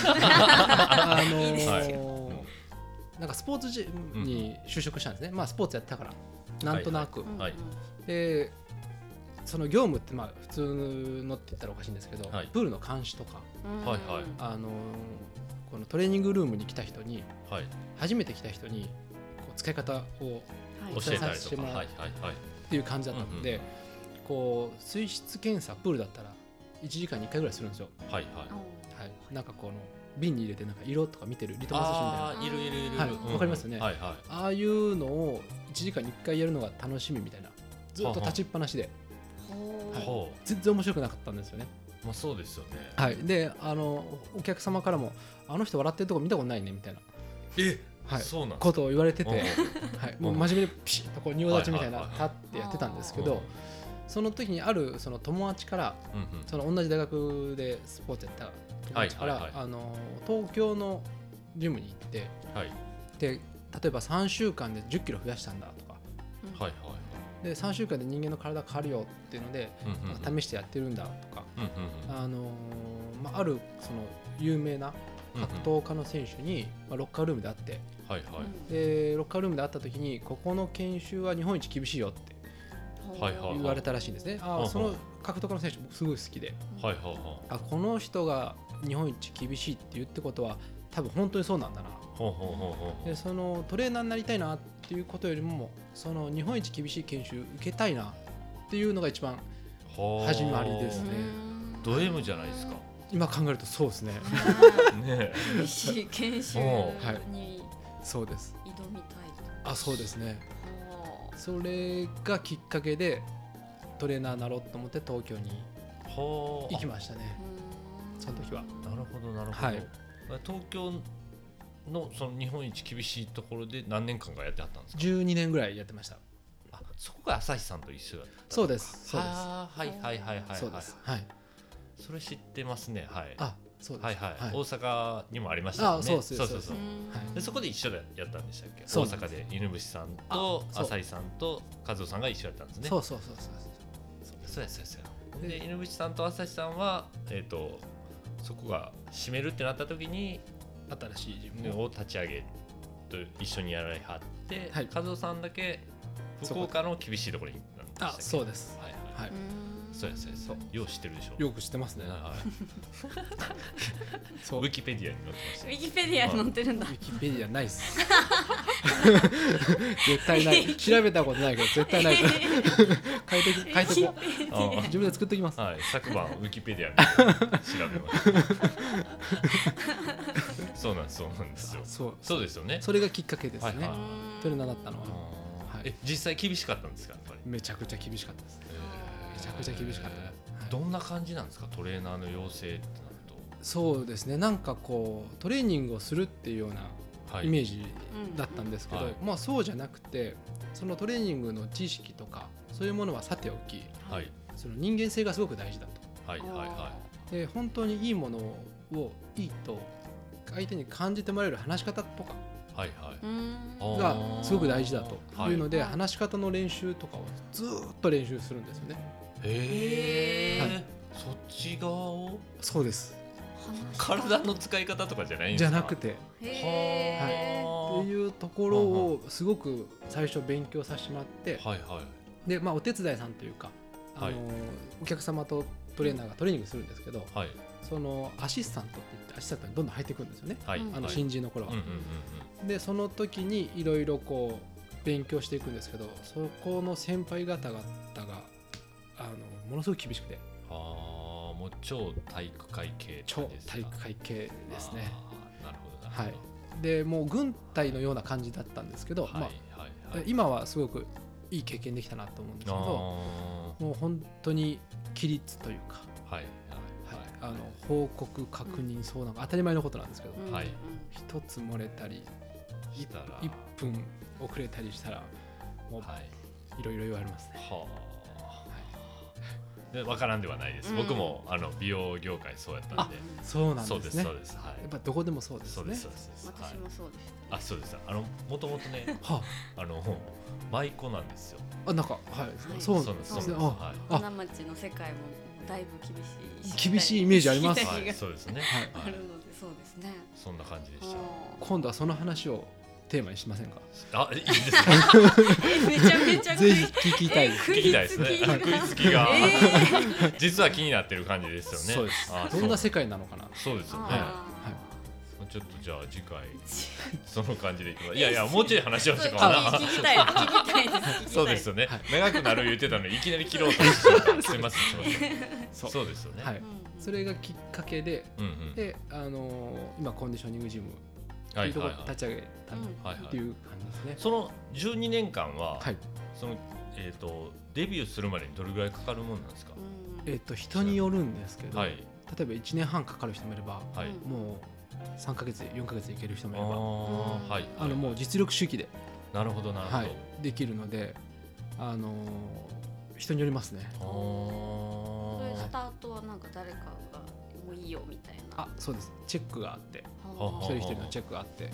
C: あの
B: いいですよ
A: うん
C: なんかスポーツジムに就職したんですね、まあスポーツやってたからなんとなく、
B: うんうん
A: はい
C: でその業務ってまあ普通のって言ったらおかしいんですけど、
A: はい
C: プールの監視とか、
B: うん
A: はいはい
B: うん
C: あのこのトレーニングルームに来た人に
A: はい
C: 初めて来た人にこう使い方を
B: はい
A: 教えたりと
C: お伝えさせて
A: か
C: もらう
A: はいはいはい
C: っていう感じだったので、こう水質検査プールだったら1時間に1回ぐらいするんですよ、
A: はいはい
C: はい、なんかこの瓶に入れてなんか色とか見てるリトマス紙みたいな
A: ああいるいるいるいる
C: はい
A: うん
C: わかりますよね
A: はいはい
C: ああいうのを1時間に1回やるのが楽しみみたいなずっと立ちっぱなしで
B: ほう
C: はい
A: ほ
C: 全然面白くなかったんですよね
A: うまあそうですよね
C: はいであのお客様からも「あの人笑ってるとこ見たことないね」みたいな、
A: え
C: はい、
A: そうなん
C: ことを言われて
A: す
C: て、
A: ね
C: はい、もう真面目にピシッとこう仁王立ちみたいな
A: はいはい
C: 立
A: は
C: ってやってたんですけ
A: うん
C: どその時にあるその友達から
A: うんうん
C: その同じ大学でスポーツやった友達から、
A: はいはいは
C: あの東京のジムに行って
A: はい
C: で例えば3週間で1 0キロ増やしたんだとか
B: うん
A: はいはい
C: で3週間で人間の体変わるよっていうので、
A: うんうんうん
C: 試してやってるんだとか、
A: うんうんうん
C: あのーまあ、あるその有名な格闘家の選手に、まあ、ロッカールームで会って
A: はいはい
C: でロッカールームで会った時にここの研修は日本一厳しいよって
B: ほう
A: はいはい
C: 言われたらしいんですね。
A: うん
C: あ
A: う
C: ー
A: ん
C: その格闘家の選手僕すごい好きで
A: はいはいはい
C: あこの人が日本一厳しいって言うってことは多分本当にそうなんだな
A: ほうほうほうほうほ
C: でそのトレーナーになりたいなっていうことよりもその日本一厳しい研修受けたいなっていうのが一番
A: うほう
C: 始まりです
B: う
C: ね
B: ん
A: ド M じゃないですか
C: 今考えるとそうですね
A: ね
B: 厳しい研修
A: お
C: うはい
B: に
C: そうです
B: 挑みたいと
C: あそうですね
B: ほう
C: それがきっかけでトレーナーになろうと思って東京に
A: えほう
C: 行きましたね
B: うーん
C: その時は
A: なるほどなるほど、
C: はい
A: 東京のその日本一厳しいところで何年間かやってあったんですか
C: 12年ぐらいやってました
A: あそこが朝日さんと一緒だった
C: そうですそうです
A: あーはいはいはいはいはい
C: そうですはい
A: それ知ってますねはい
C: あそうです
A: はいはい、大阪にもありましたもんね
C: あそうです
A: そうそう
B: う
A: そ
B: ー
A: うん
C: はい
A: でそこで一緒でやったんでしたっけ
C: そ
A: 大
C: うです
A: 阪で犬伏さんと
C: あそう
A: 朝日さんと和夫さんが一緒だったんですね
C: そうそうそうそうそう
A: そうやそうやそうやで犬淵さんと朝日さんは、えー、とそこが閉めるってなった時に
C: 新しい自分を
A: を立ち上げと一緒にやられはって、
C: はい
A: 和夫さんだけ
C: そ
A: 福
C: こ
A: 岡の厳しいところになったん
C: あそう
A: で
C: です
A: すはいはい
C: はいう
B: ーん
A: そうやそうやそうやよう知ってるでしょ
C: よく知ってますね
A: はい
C: そ
A: ウィキペディアに載ってまし
B: ウ
A: た
B: ィキペディアに載ってるんだ
C: ウィキペディ アないっす。絶対ない。調べたことないけど、絶対ないから。書いてき、書いてこう。
A: あ
C: 自分で作ってきます。
A: はい、昨晩ウィキペディアで 調べましたそうなんですそうなんですよ
C: そう。
A: そうですよね
C: それがきっかけです
A: はい
C: ね
A: は。
C: トレーナーだったのは
A: あ。ー
C: はい
A: え実際厳しかったんですかやっぱり
C: めちゃくちゃ厳しかったです。めちゃくちゃ厳しかった。
A: ど
C: はい
A: んな感じなんですかトレーナーの養成ってなる
C: そうですね。なんかこう、トレーニングをするっていうような
A: と、はい、
C: イメ
A: ージ
C: ージだったんですけ
A: うん
C: ど
A: はい、
C: まあ、そうじゃなくて。そのトレーニングの知識とか、そういうものはさておき。
A: はい
C: その人間性がすごく大事だと。
A: はいはいはい
C: で本当にいいものをいいと相手に感じてもらえる話し方とか
A: はいはい
B: いうん
A: あー
C: がすごく大事だと
A: はい
C: いうので、
B: はい
C: 話し方の練習とかをずーっと練習するんですよね。
A: へえ、
C: はい
A: そっち側を
C: そうです
B: 話した
A: 体の使い方とかじゃないん
C: じ
A: です
C: ゃ
A: か
C: なくて
B: へー
A: は
C: っていうところをすごく最初勉強させてもらって
A: あはいはい
C: で、まあ、お手伝いさんというか、あの
A: はい
C: お客様とトレーナーがトレーニングするんですけど、
A: はい
C: そのアシスタントって言ってアシスタントにどんどん入ってくるんですよね、
A: はい
B: うん
C: あの
A: はい
C: 新人の頃は。
A: うんうんうん
C: でその時にいろいろこう勉強していくんですけどそこの先輩方々があのものすごく厳しくて
A: うんああもう超体育会系って
C: 超
A: 感じですか
C: 体育会系ですね。
A: あーなるほどな
C: は
A: る
C: い、でもう軍隊のような感じだったんですけど、
A: ほどはいはいはい
C: 今はすごくいい経験できたなと思うんですけ
A: あ
C: どもう本当に規律というか、
A: ーはい
C: はい
A: は
C: あ
A: い
C: の報告確認相談が当たり前のことなんですけど、
B: うん
A: はい
B: うん
C: 一つ漏れたり
A: はいしたら
C: 1分遅れたりしたらもう
A: はい
C: いろいろ言われますね。
A: はあで分からんではないです、僕もあの美容業界そうやったんで
C: そうなん
A: そう
C: で
A: ですす、
C: ね。
A: そうですは
C: やっ
A: い
C: ぱどこでもそうです
A: そう
C: ね。
A: ですそうですそうですはい
B: 私もそうでした
A: あそうですあのもともと ね
C: は
A: あの舞妓なんですよ
C: あ、あなんかはい、そうなんです
A: そうなんです
C: ね。あ
A: は、
C: あ、
B: 花町の世界もだいぶ厳しいし
C: 厳しいイメージあります
B: 期
A: は
B: 待
A: い
B: が
A: そうですね
B: あ
A: は
B: る
A: い
B: のでそうですね
A: そんな感じでし
B: も
C: 今度はその話をテーマにしませんか。
A: たあいい ですね
B: うえめちゃめちゃ
C: ぜひ聞きたい です。
A: 聞きたいですね
B: 食いつき
A: 食いつきが
B: えー
A: 実は気になってる感じですよね
C: そうです
A: あ。
C: どんな世界なのか な。
A: そうですよね
B: あ
A: ちょっとじゃあ次回
B: ー
A: その感じでいきますいやいやもうちょい話をしてか
C: あ
A: な
B: 聞きたい聞きたいです
A: そうです
B: 聞き
A: よね
C: はい
A: 長くなる言ってたのにいきなり切ろうと してたすいませんすいません
C: そう
A: そうですよね
B: た
C: は
B: いう
C: い。
B: ん
C: それがきっかけで、
A: うんうん
C: で、あのー今コンディショニングジムって
A: はいいう
C: と
A: はい
C: ころ
A: はい
C: 立ち上げた
B: うん
A: はい
C: っていう感じですね。
A: その12年間は、
C: はい。
A: そのえっ、とデビューするまでにどれぐらいかかるもんなんですか
B: う、ん
C: えっと人によるんですけど、
A: は
C: 例
A: い
C: えば一年半かかる人もいれば、
A: はい、
B: うん
C: もう三ヶ月四ヶ月でいける人も
A: あ
C: いれば、
A: ーはい
C: あのもう実力主義で、
A: なるほどなるほど、
C: はい、できるので、あのー人によりますね。
B: それ
A: あ
B: スタートはなんか誰かがもういいよみたいな
C: あ、そうです。チェックがあって、
A: はあ
C: 一
A: は
C: 人一人のチェックがあって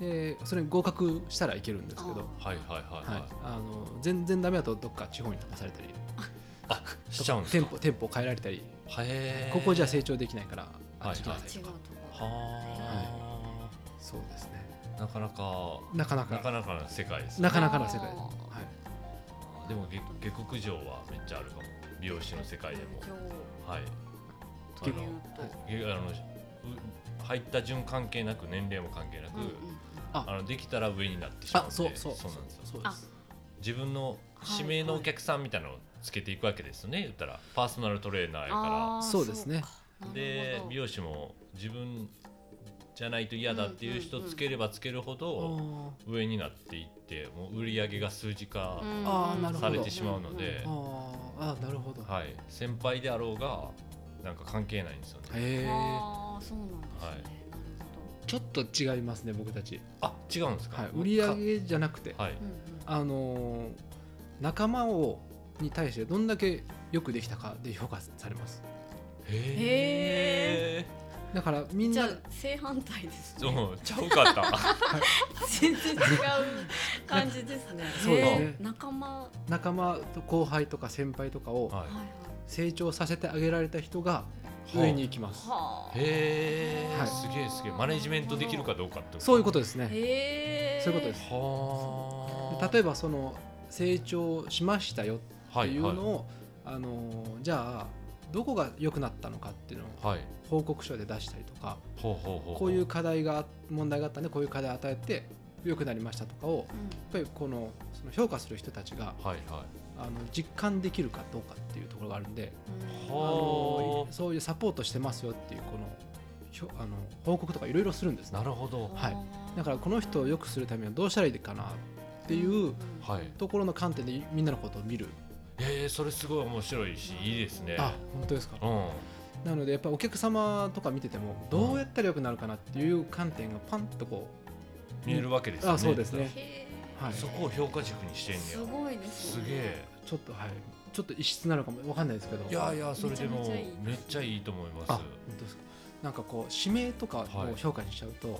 B: う、ん
C: でそれに合格したらいけるんですけど。
A: ーはいはいはいはい、
C: はい、あの全然ダメだとどっか地方に飛ばされたり
A: あしちゃうんです
C: 店
A: か
C: 舗店舗を変えられたり
A: へー
C: ここじゃ成長できないからあっち行きな
A: はい
B: うん、
C: さ
B: 違
C: いうと
B: と
C: か、
B: こ
A: はあ、
C: そうですね
A: なかなか
C: なかな
A: なか
C: か
A: なかな世界ですね
C: なかなかの世界で
B: あ
C: す、は
A: でも下下克上はめっちゃあるかも美容師の世界でもはい
B: というと、
A: げあのう入った順関係なく年齢も関係なく、
B: うんうん
A: あのできたら上になってし
C: い、
A: まうん
C: あ
A: で
C: そうそう
A: そうなんですよ
C: そうです
A: 自分の指名のお客さんみたいなのをつけていくわけですよね言ったらパーソナルトレーナーやか
B: あー
C: そうですね
B: そう
A: ら
B: か
A: で美
B: なる
A: 容師も自分じゃないと嫌だっていう人つければつけるほ
C: あ
A: ど
C: ー
A: 上になっていってもう売り上げが数字化
B: ほどうん
C: あーなるほ
A: さ
C: ど
A: れてしまうので、
C: あーあーなるほど、
A: はい、先輩であろうがなんか関係ないんですよね。
C: へえ
B: あーそうなんですね、
A: はい
B: なるほ
C: ちょっと違いますね僕たち、
A: あ違うんですか、
C: はい、売り上げじゃなくて、
A: はい
B: ど、うんうん
C: あのー仲間をに対してどんだけよくできたかで評価されます
A: へえ
C: だからみん
B: じゃ
C: な
B: あ正反対です
A: ちょ
B: ね。
A: もうちゃうか った
B: 全然違う感じで すね。
C: そうですね
B: へー仲間、は
C: 仲間と後輩とか先輩とかを
A: はい
B: はい。
C: 成長させてあげられた人が上に行きます、
B: はあ。
A: へえ、
C: はい
A: すげえすげえマネジメントできるかどうかって
C: そういうこ
A: と
C: とですね
B: へえ。
C: そういうことです
A: はあ
C: 例え
A: ば
C: ばその成長しましたよっていうのを、あのーじゃあどこが良くなったのかっていうのを
A: はい、はい、
C: 報告書で出したりとか
A: ほうほうほほ
C: こういう課題が問題があったんでこういう課題を与えて良くなりましたとかをやっ
B: うん。
C: ぱりこのその評価する人たちが
A: はいは
C: あの実感できるかどうかっていうところがあるんで
A: い
B: うん
C: あの
A: は
C: そういうサポートしてますよっていうこのひょあの報告とかいろいろするんです
A: あなるほど
C: はいだからこの人を良くするためにはどうしたらいいかなってい
B: うん
C: う
A: はい
C: ところの観点でみんなのことを見る
A: えー、それすごい面白いしいいですね
C: あ本当ですか
A: うん
C: なのでやっぱりお客様とか見ててもどうやったら良くなるかなっていう観点がパンとこ
A: 見えるわけですね
C: あそうですね
B: へ
C: う、はい、ち
A: そこを評価軸にして
B: え。
A: ん
B: す
A: ね
B: ごいで
A: や
B: す
A: す
B: ね。
A: げえ
C: ょっとはいちょっと異質なのかもわかんないですけど
A: いやいやそれでも
B: めちゃめちゃいい
A: めっちゃいいと思います
C: あ本当ですかなんかこう指名とかを評価にしちゃうと、
A: はい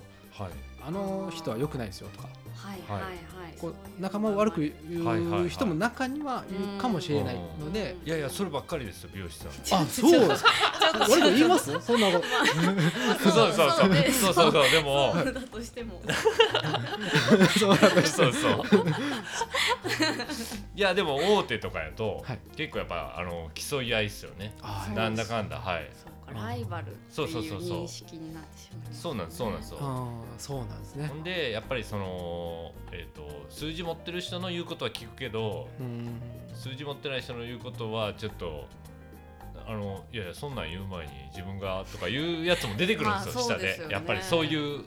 C: あの人は良くないですよとか
B: はい
A: は
B: はいい
C: こ
B: は
C: う
B: い
C: 仲間を悪く
B: 言
A: はいはいは
C: 言
A: いう
C: 人も中にはいるかもしれないので
A: いやいやそればっかりですよ美容師さん
C: あそうですか悪く言いますそんなこ と
A: そうそうそうそうそうそうでも
B: だとしても
C: そうなんです
A: そうそう いやでも大手とかやと、
C: はい
A: 結構やっぱあの競い合いですよね
C: あ
B: そう
A: なんだかんだはい
B: そうかライバルって
A: そう
B: い
A: そうそう
B: う
A: そう
B: 認識になってしまいますね
A: そうなんですそうなんですよ
C: あーそうなんですね
A: ほんでやっぱりその、えー、と数字持ってる人の言うことは聞くけど
C: うん
A: 数字持ってない人の言うことはちょっとあのいやいやそんなん言う前に自分がとか言うやつも出てくるんですよ
B: まあ
A: 下
B: そうで
A: です
B: よね
A: やっぱりそういう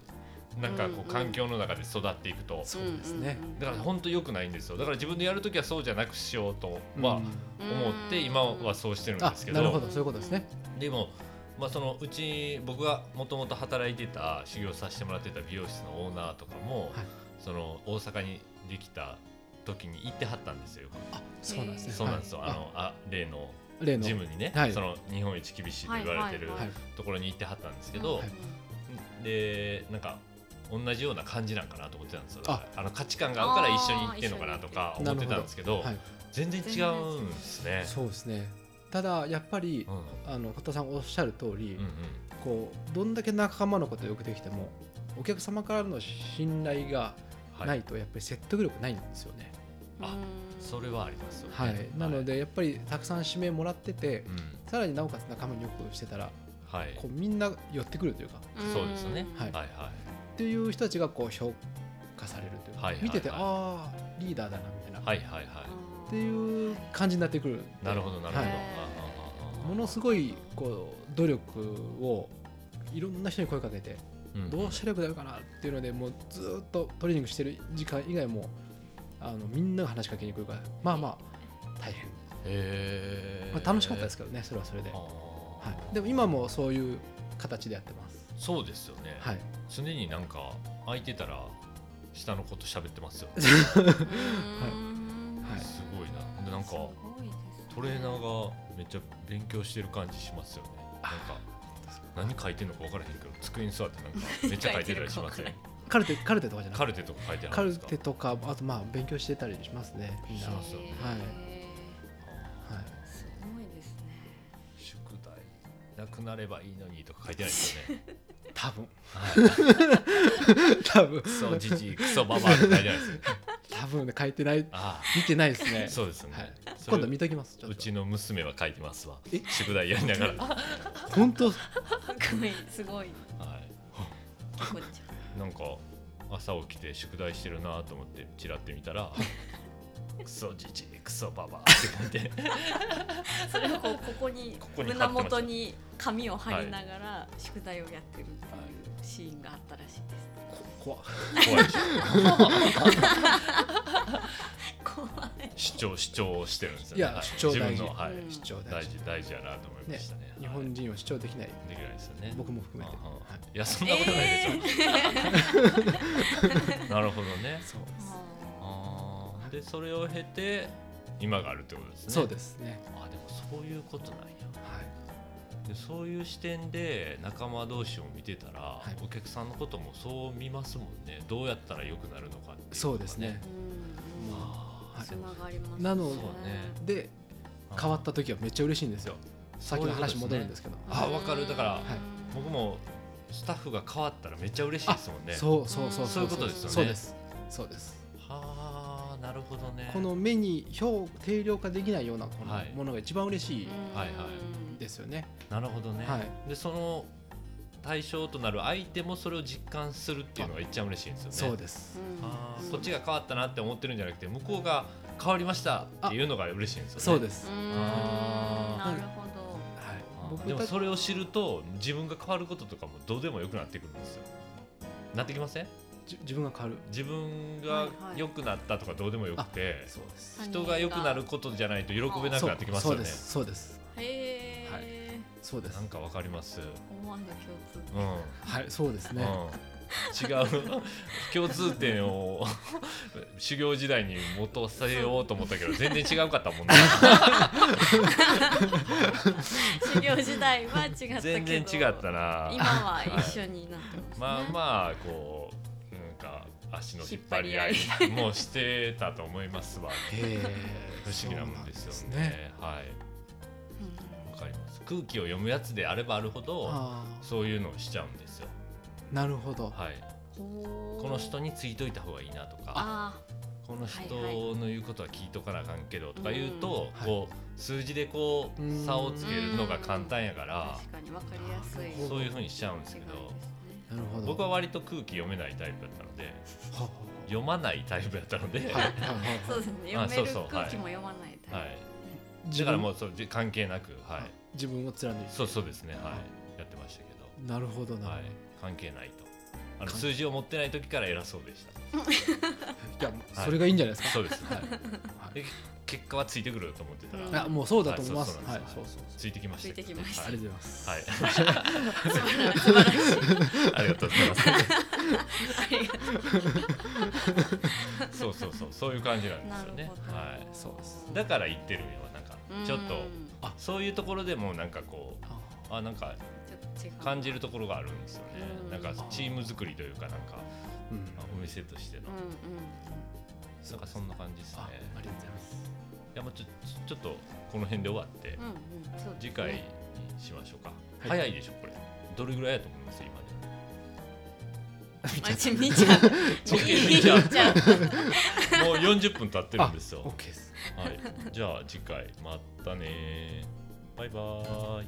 A: なんかこ
B: うんう
A: うん環境の中で育っていくと、
C: そうですね
B: うんうんうん
A: だから本当良くないんですよだから自分でやるときはそうじゃなくしようとは
B: うん
A: 思って今はそうしてるん
C: あ
A: ですけ
C: なるほ
A: ど
C: どそういうことですね
A: でも、まあ、そのうち僕がもともと働いてた修行させてもらってた美容室のオーナーとかも、
C: はい
A: その大阪にできた時に行ってはったんですよ、
C: あそうなんですね
A: そうなんですよ、
C: はい
A: あのあ例の
C: 例の
A: ジムにね、
C: はい
A: その日本一厳しいと言われてる
B: はい
C: はい
A: ところに行ってはったんですけど、
B: うんうん
A: でなんか同じような感じなんかなと思ってたんですよ
C: あ
A: あの価値観が合うから一緒に行ってんのかなとか
C: あー一
A: 思
C: 緒に行って
A: ってたんですけど
C: はい
A: 全然違うんですね。
C: そうですねただやっぱり
A: うん
C: あの片田さんおっしゃる通り、
A: うんうん
C: こうどんだけ仲間のことよくできてもお客様からの信頼が
A: はい
C: ないとやっぱり説得力ないんですよね。
A: あ
B: うん
A: それはありますよね、
C: はいなの
A: で、
C: でやっぱりたくさん指名もらってて、
A: うん
C: さらになおかつ仲間によくしてたら
A: はい、
C: こうみんな寄ってくるというか
A: そうですよね
B: うん
C: はい
A: はい
C: っていう人たちがこう評価されるというか、
A: はいはいはい
C: 見ててああリーダーだなみたいな、
A: はいはいはいはい
B: あー
C: っていう感じになってくる
A: なるほどなるほど、
C: は
A: あ
C: い
A: ああああ
C: ものすごいこう努力をいろんな人に声かけて
A: うん
C: どうしたらよくなるかなっていうのでもうずーっとトレーニングしてる時間以外もあのみんなが話しかけに来るからまあまあ大変、
A: へ
C: まあ、楽しかったです
A: か
C: けどねそれはそれで、は、
A: はい
C: でも今もそういう形でやってます、
A: そうですよね、
C: はい、
A: 常になんか空いてたら下のこと喋ってますよ
B: うん
C: はい
A: すごいなでなんか
B: すごいですね
A: トレーナーがめっちゃ勉強してる感じしますよねなんか何書いてんのか分からへんけど机に座ってなんかめっちゃ書いてたりし ますよね
C: カルテカルテとかじゃな
A: カ
C: くて
A: ルテとか書いてあ
C: カ
A: るん
C: ル
A: ですか
C: テとかあとまあ勉強してたりしますねみんな、
A: し
C: は
A: ま
C: い、
A: すよね
C: はい
B: へーすごいですね
A: 宿題なくなればいいのにとか書いてないですよね
C: 多分
A: はい
C: 多 分
A: クソじじいクソババアって書いてないですよね
C: 多分ね書いてない
A: あ
C: 見てないです
A: あ
C: ね
A: そうですよね、
C: はい
A: それ
C: 今度見ときますちょっと
A: うちの娘は書いてますわ
C: え
A: 宿題やり ながら、 は
C: 本当
B: 白いすごいこっち
A: い、なんか朝起きて宿題してるなと思ってチラって見たら「クソじじいクソババア」って書いて
B: ゃんそれをこうここに
A: ここに貼ってまし
B: 胸
A: た
B: 元に紙を貼りながら宿題をやってるっていうシーンがあったらしいです
C: 怖
A: 怖いでしょ
B: 怖
A: 主張主張をしてるんですよね
C: いや
A: は
C: 主張大事
A: 自分の、はい
B: うん
C: 主張大
A: 大
C: 事
A: 事大事やなと思いましたね
C: 日
A: はい
C: 本人は主張できない
A: できないですよね
C: 僕も含めて
A: ああああ
C: はい
A: いやそん
B: い
A: なことないでしょ、
B: え
A: なるほどね
C: そう
B: ー
A: あーでそれを経て今があるってことですね
C: そうですすね
A: あでもそういうことなんや
C: はい
A: でそういう視点で仲間同士を見てたら、
C: い
A: お客さんのこともそう見ますもんねどうやったら良くなるのかっていのが
C: そうですね
B: うんうん
A: あ
C: はい
B: つながります
C: なの
A: そうね
C: で
A: ー
C: 変わった時はめっちゃ嬉しいんですよさっきの話
A: そういうこと
C: 戻るんですけど
A: ねあ
C: あ
A: わかるだから
B: い
A: 僕もスタッフが変わったらめっちゃ嬉しいですもんね
C: そうそうそう
A: そういうことですよね
C: そうですそうです
A: はあなるほどね
C: この目に表定量化できないようなこの
A: はい
C: ものが一番嬉しい
A: はいはい
C: ですよね
A: なるほどね、
C: はい
A: でその対象となる相手もそれを実感するっていうのが一番嬉しいんですよね
C: そうです
A: あーこっちが変わったなって思ってるんじゃなくて向こうが変わりましたっていうのが嬉しいんですよね
C: そうですす
A: あ
B: な
C: ー
B: るほど
C: はい
A: でも
C: た
A: それを知ると自分が変わることとかもどうでもよくなってくるんですよなってきません
C: じ自分が変わる
A: 自分が良くなったとかどうでもよくて、
C: そうです
B: はい
A: 人が良くなることじゃないと喜べなくなってきますよね
C: そうそうです
B: へ
C: は
B: え
C: そうですそうです
A: なんかわかります
B: 思わぬ共通
A: うん、うん
C: はいそうですね
A: 違う共通点を 修行時代に持たせようと思ったけど全然違うかった もんね
B: 修行時代は違ったけど
A: 全然違ったな
B: 今は一緒になって
A: ま
B: ます、ね、
A: あまあこうなんか足の引っ張り合
B: 引っ張
A: いもうしてたと思いますわ
C: え
A: 不思議なもんですよねはいわかります空気を読むやつであればあるほど
C: あ
A: そういうのをしちゃうんですよ
C: あなるほど、
A: はい
B: こ
A: この人についといた方がいいなとか
B: あ
A: この人の言うことは聞いとかなあかんけどとか言うと、
C: うん
A: こう数字でこ
C: うん
A: う差をつけるのが簡単やから
B: あ確かにわかりやすい
A: そういうふうにしちゃうんですけど
B: 違いですね
C: なるほど
A: 僕は割と空気読めないタイプだったので
C: は
A: 読まないタイプだったので、
C: は
A: は
C: はいいはい
B: そうで
C: はい
B: すね
A: あ
B: 読める
A: そうそう
B: 空気も読まないタイプ、
A: だからも
C: う
A: うそうじ関係なく、はい、
C: 自分を貫いて
A: そうそうですね、はい、やってましたけ
C: なるほどな、
A: ど、はい
C: い、、
A: 関係ないとあの
C: 関
A: 数字を持ってない時から偉そうでし
C: やそれがいいんじゃないです
A: たそ
C: か、
A: うです、はい
C: はい
A: で結果はついてくると思ってたら、
B: うん
C: あもうそうだと思います。
A: はい
C: はい、
A: そ
C: そううそうそう。
A: ついてきましたけどね
B: ついてきました
C: あ
A: は
C: り
A: い
C: がとうございます。
A: はい
B: 素晴らしい
A: ありがとうございます。
B: ありがとう
A: そうそうそう、そういう感じなんですよね。は
C: そうです
A: い。だから言ってるよ、なんか、ちょっと
B: うん、
A: あ、そういうところでも、なんかこう。
C: あ
A: あ、なんか、
B: ちょっと違う
A: 感じるところがあるんですよ
B: うん
A: ね。なんか、チーム作りというか、なんか、
C: うん
A: あお店としての
B: うん、
A: なんか、そんな感じですね
C: あ。ありがとうございます。
A: いや、もう、ちょ、ちょっと、この辺で終わって
B: う、んうんうんそうですね
A: 次回にしましょうか。
C: い
A: 早いでしょこれ。どれぐらいやと思います、今ね。
B: あち見ちゃう見ちゃう見ちゃう
A: もう40分経ってるんですよ。
C: オッケーです。
A: はい、じゃあ次回またねバイバーイ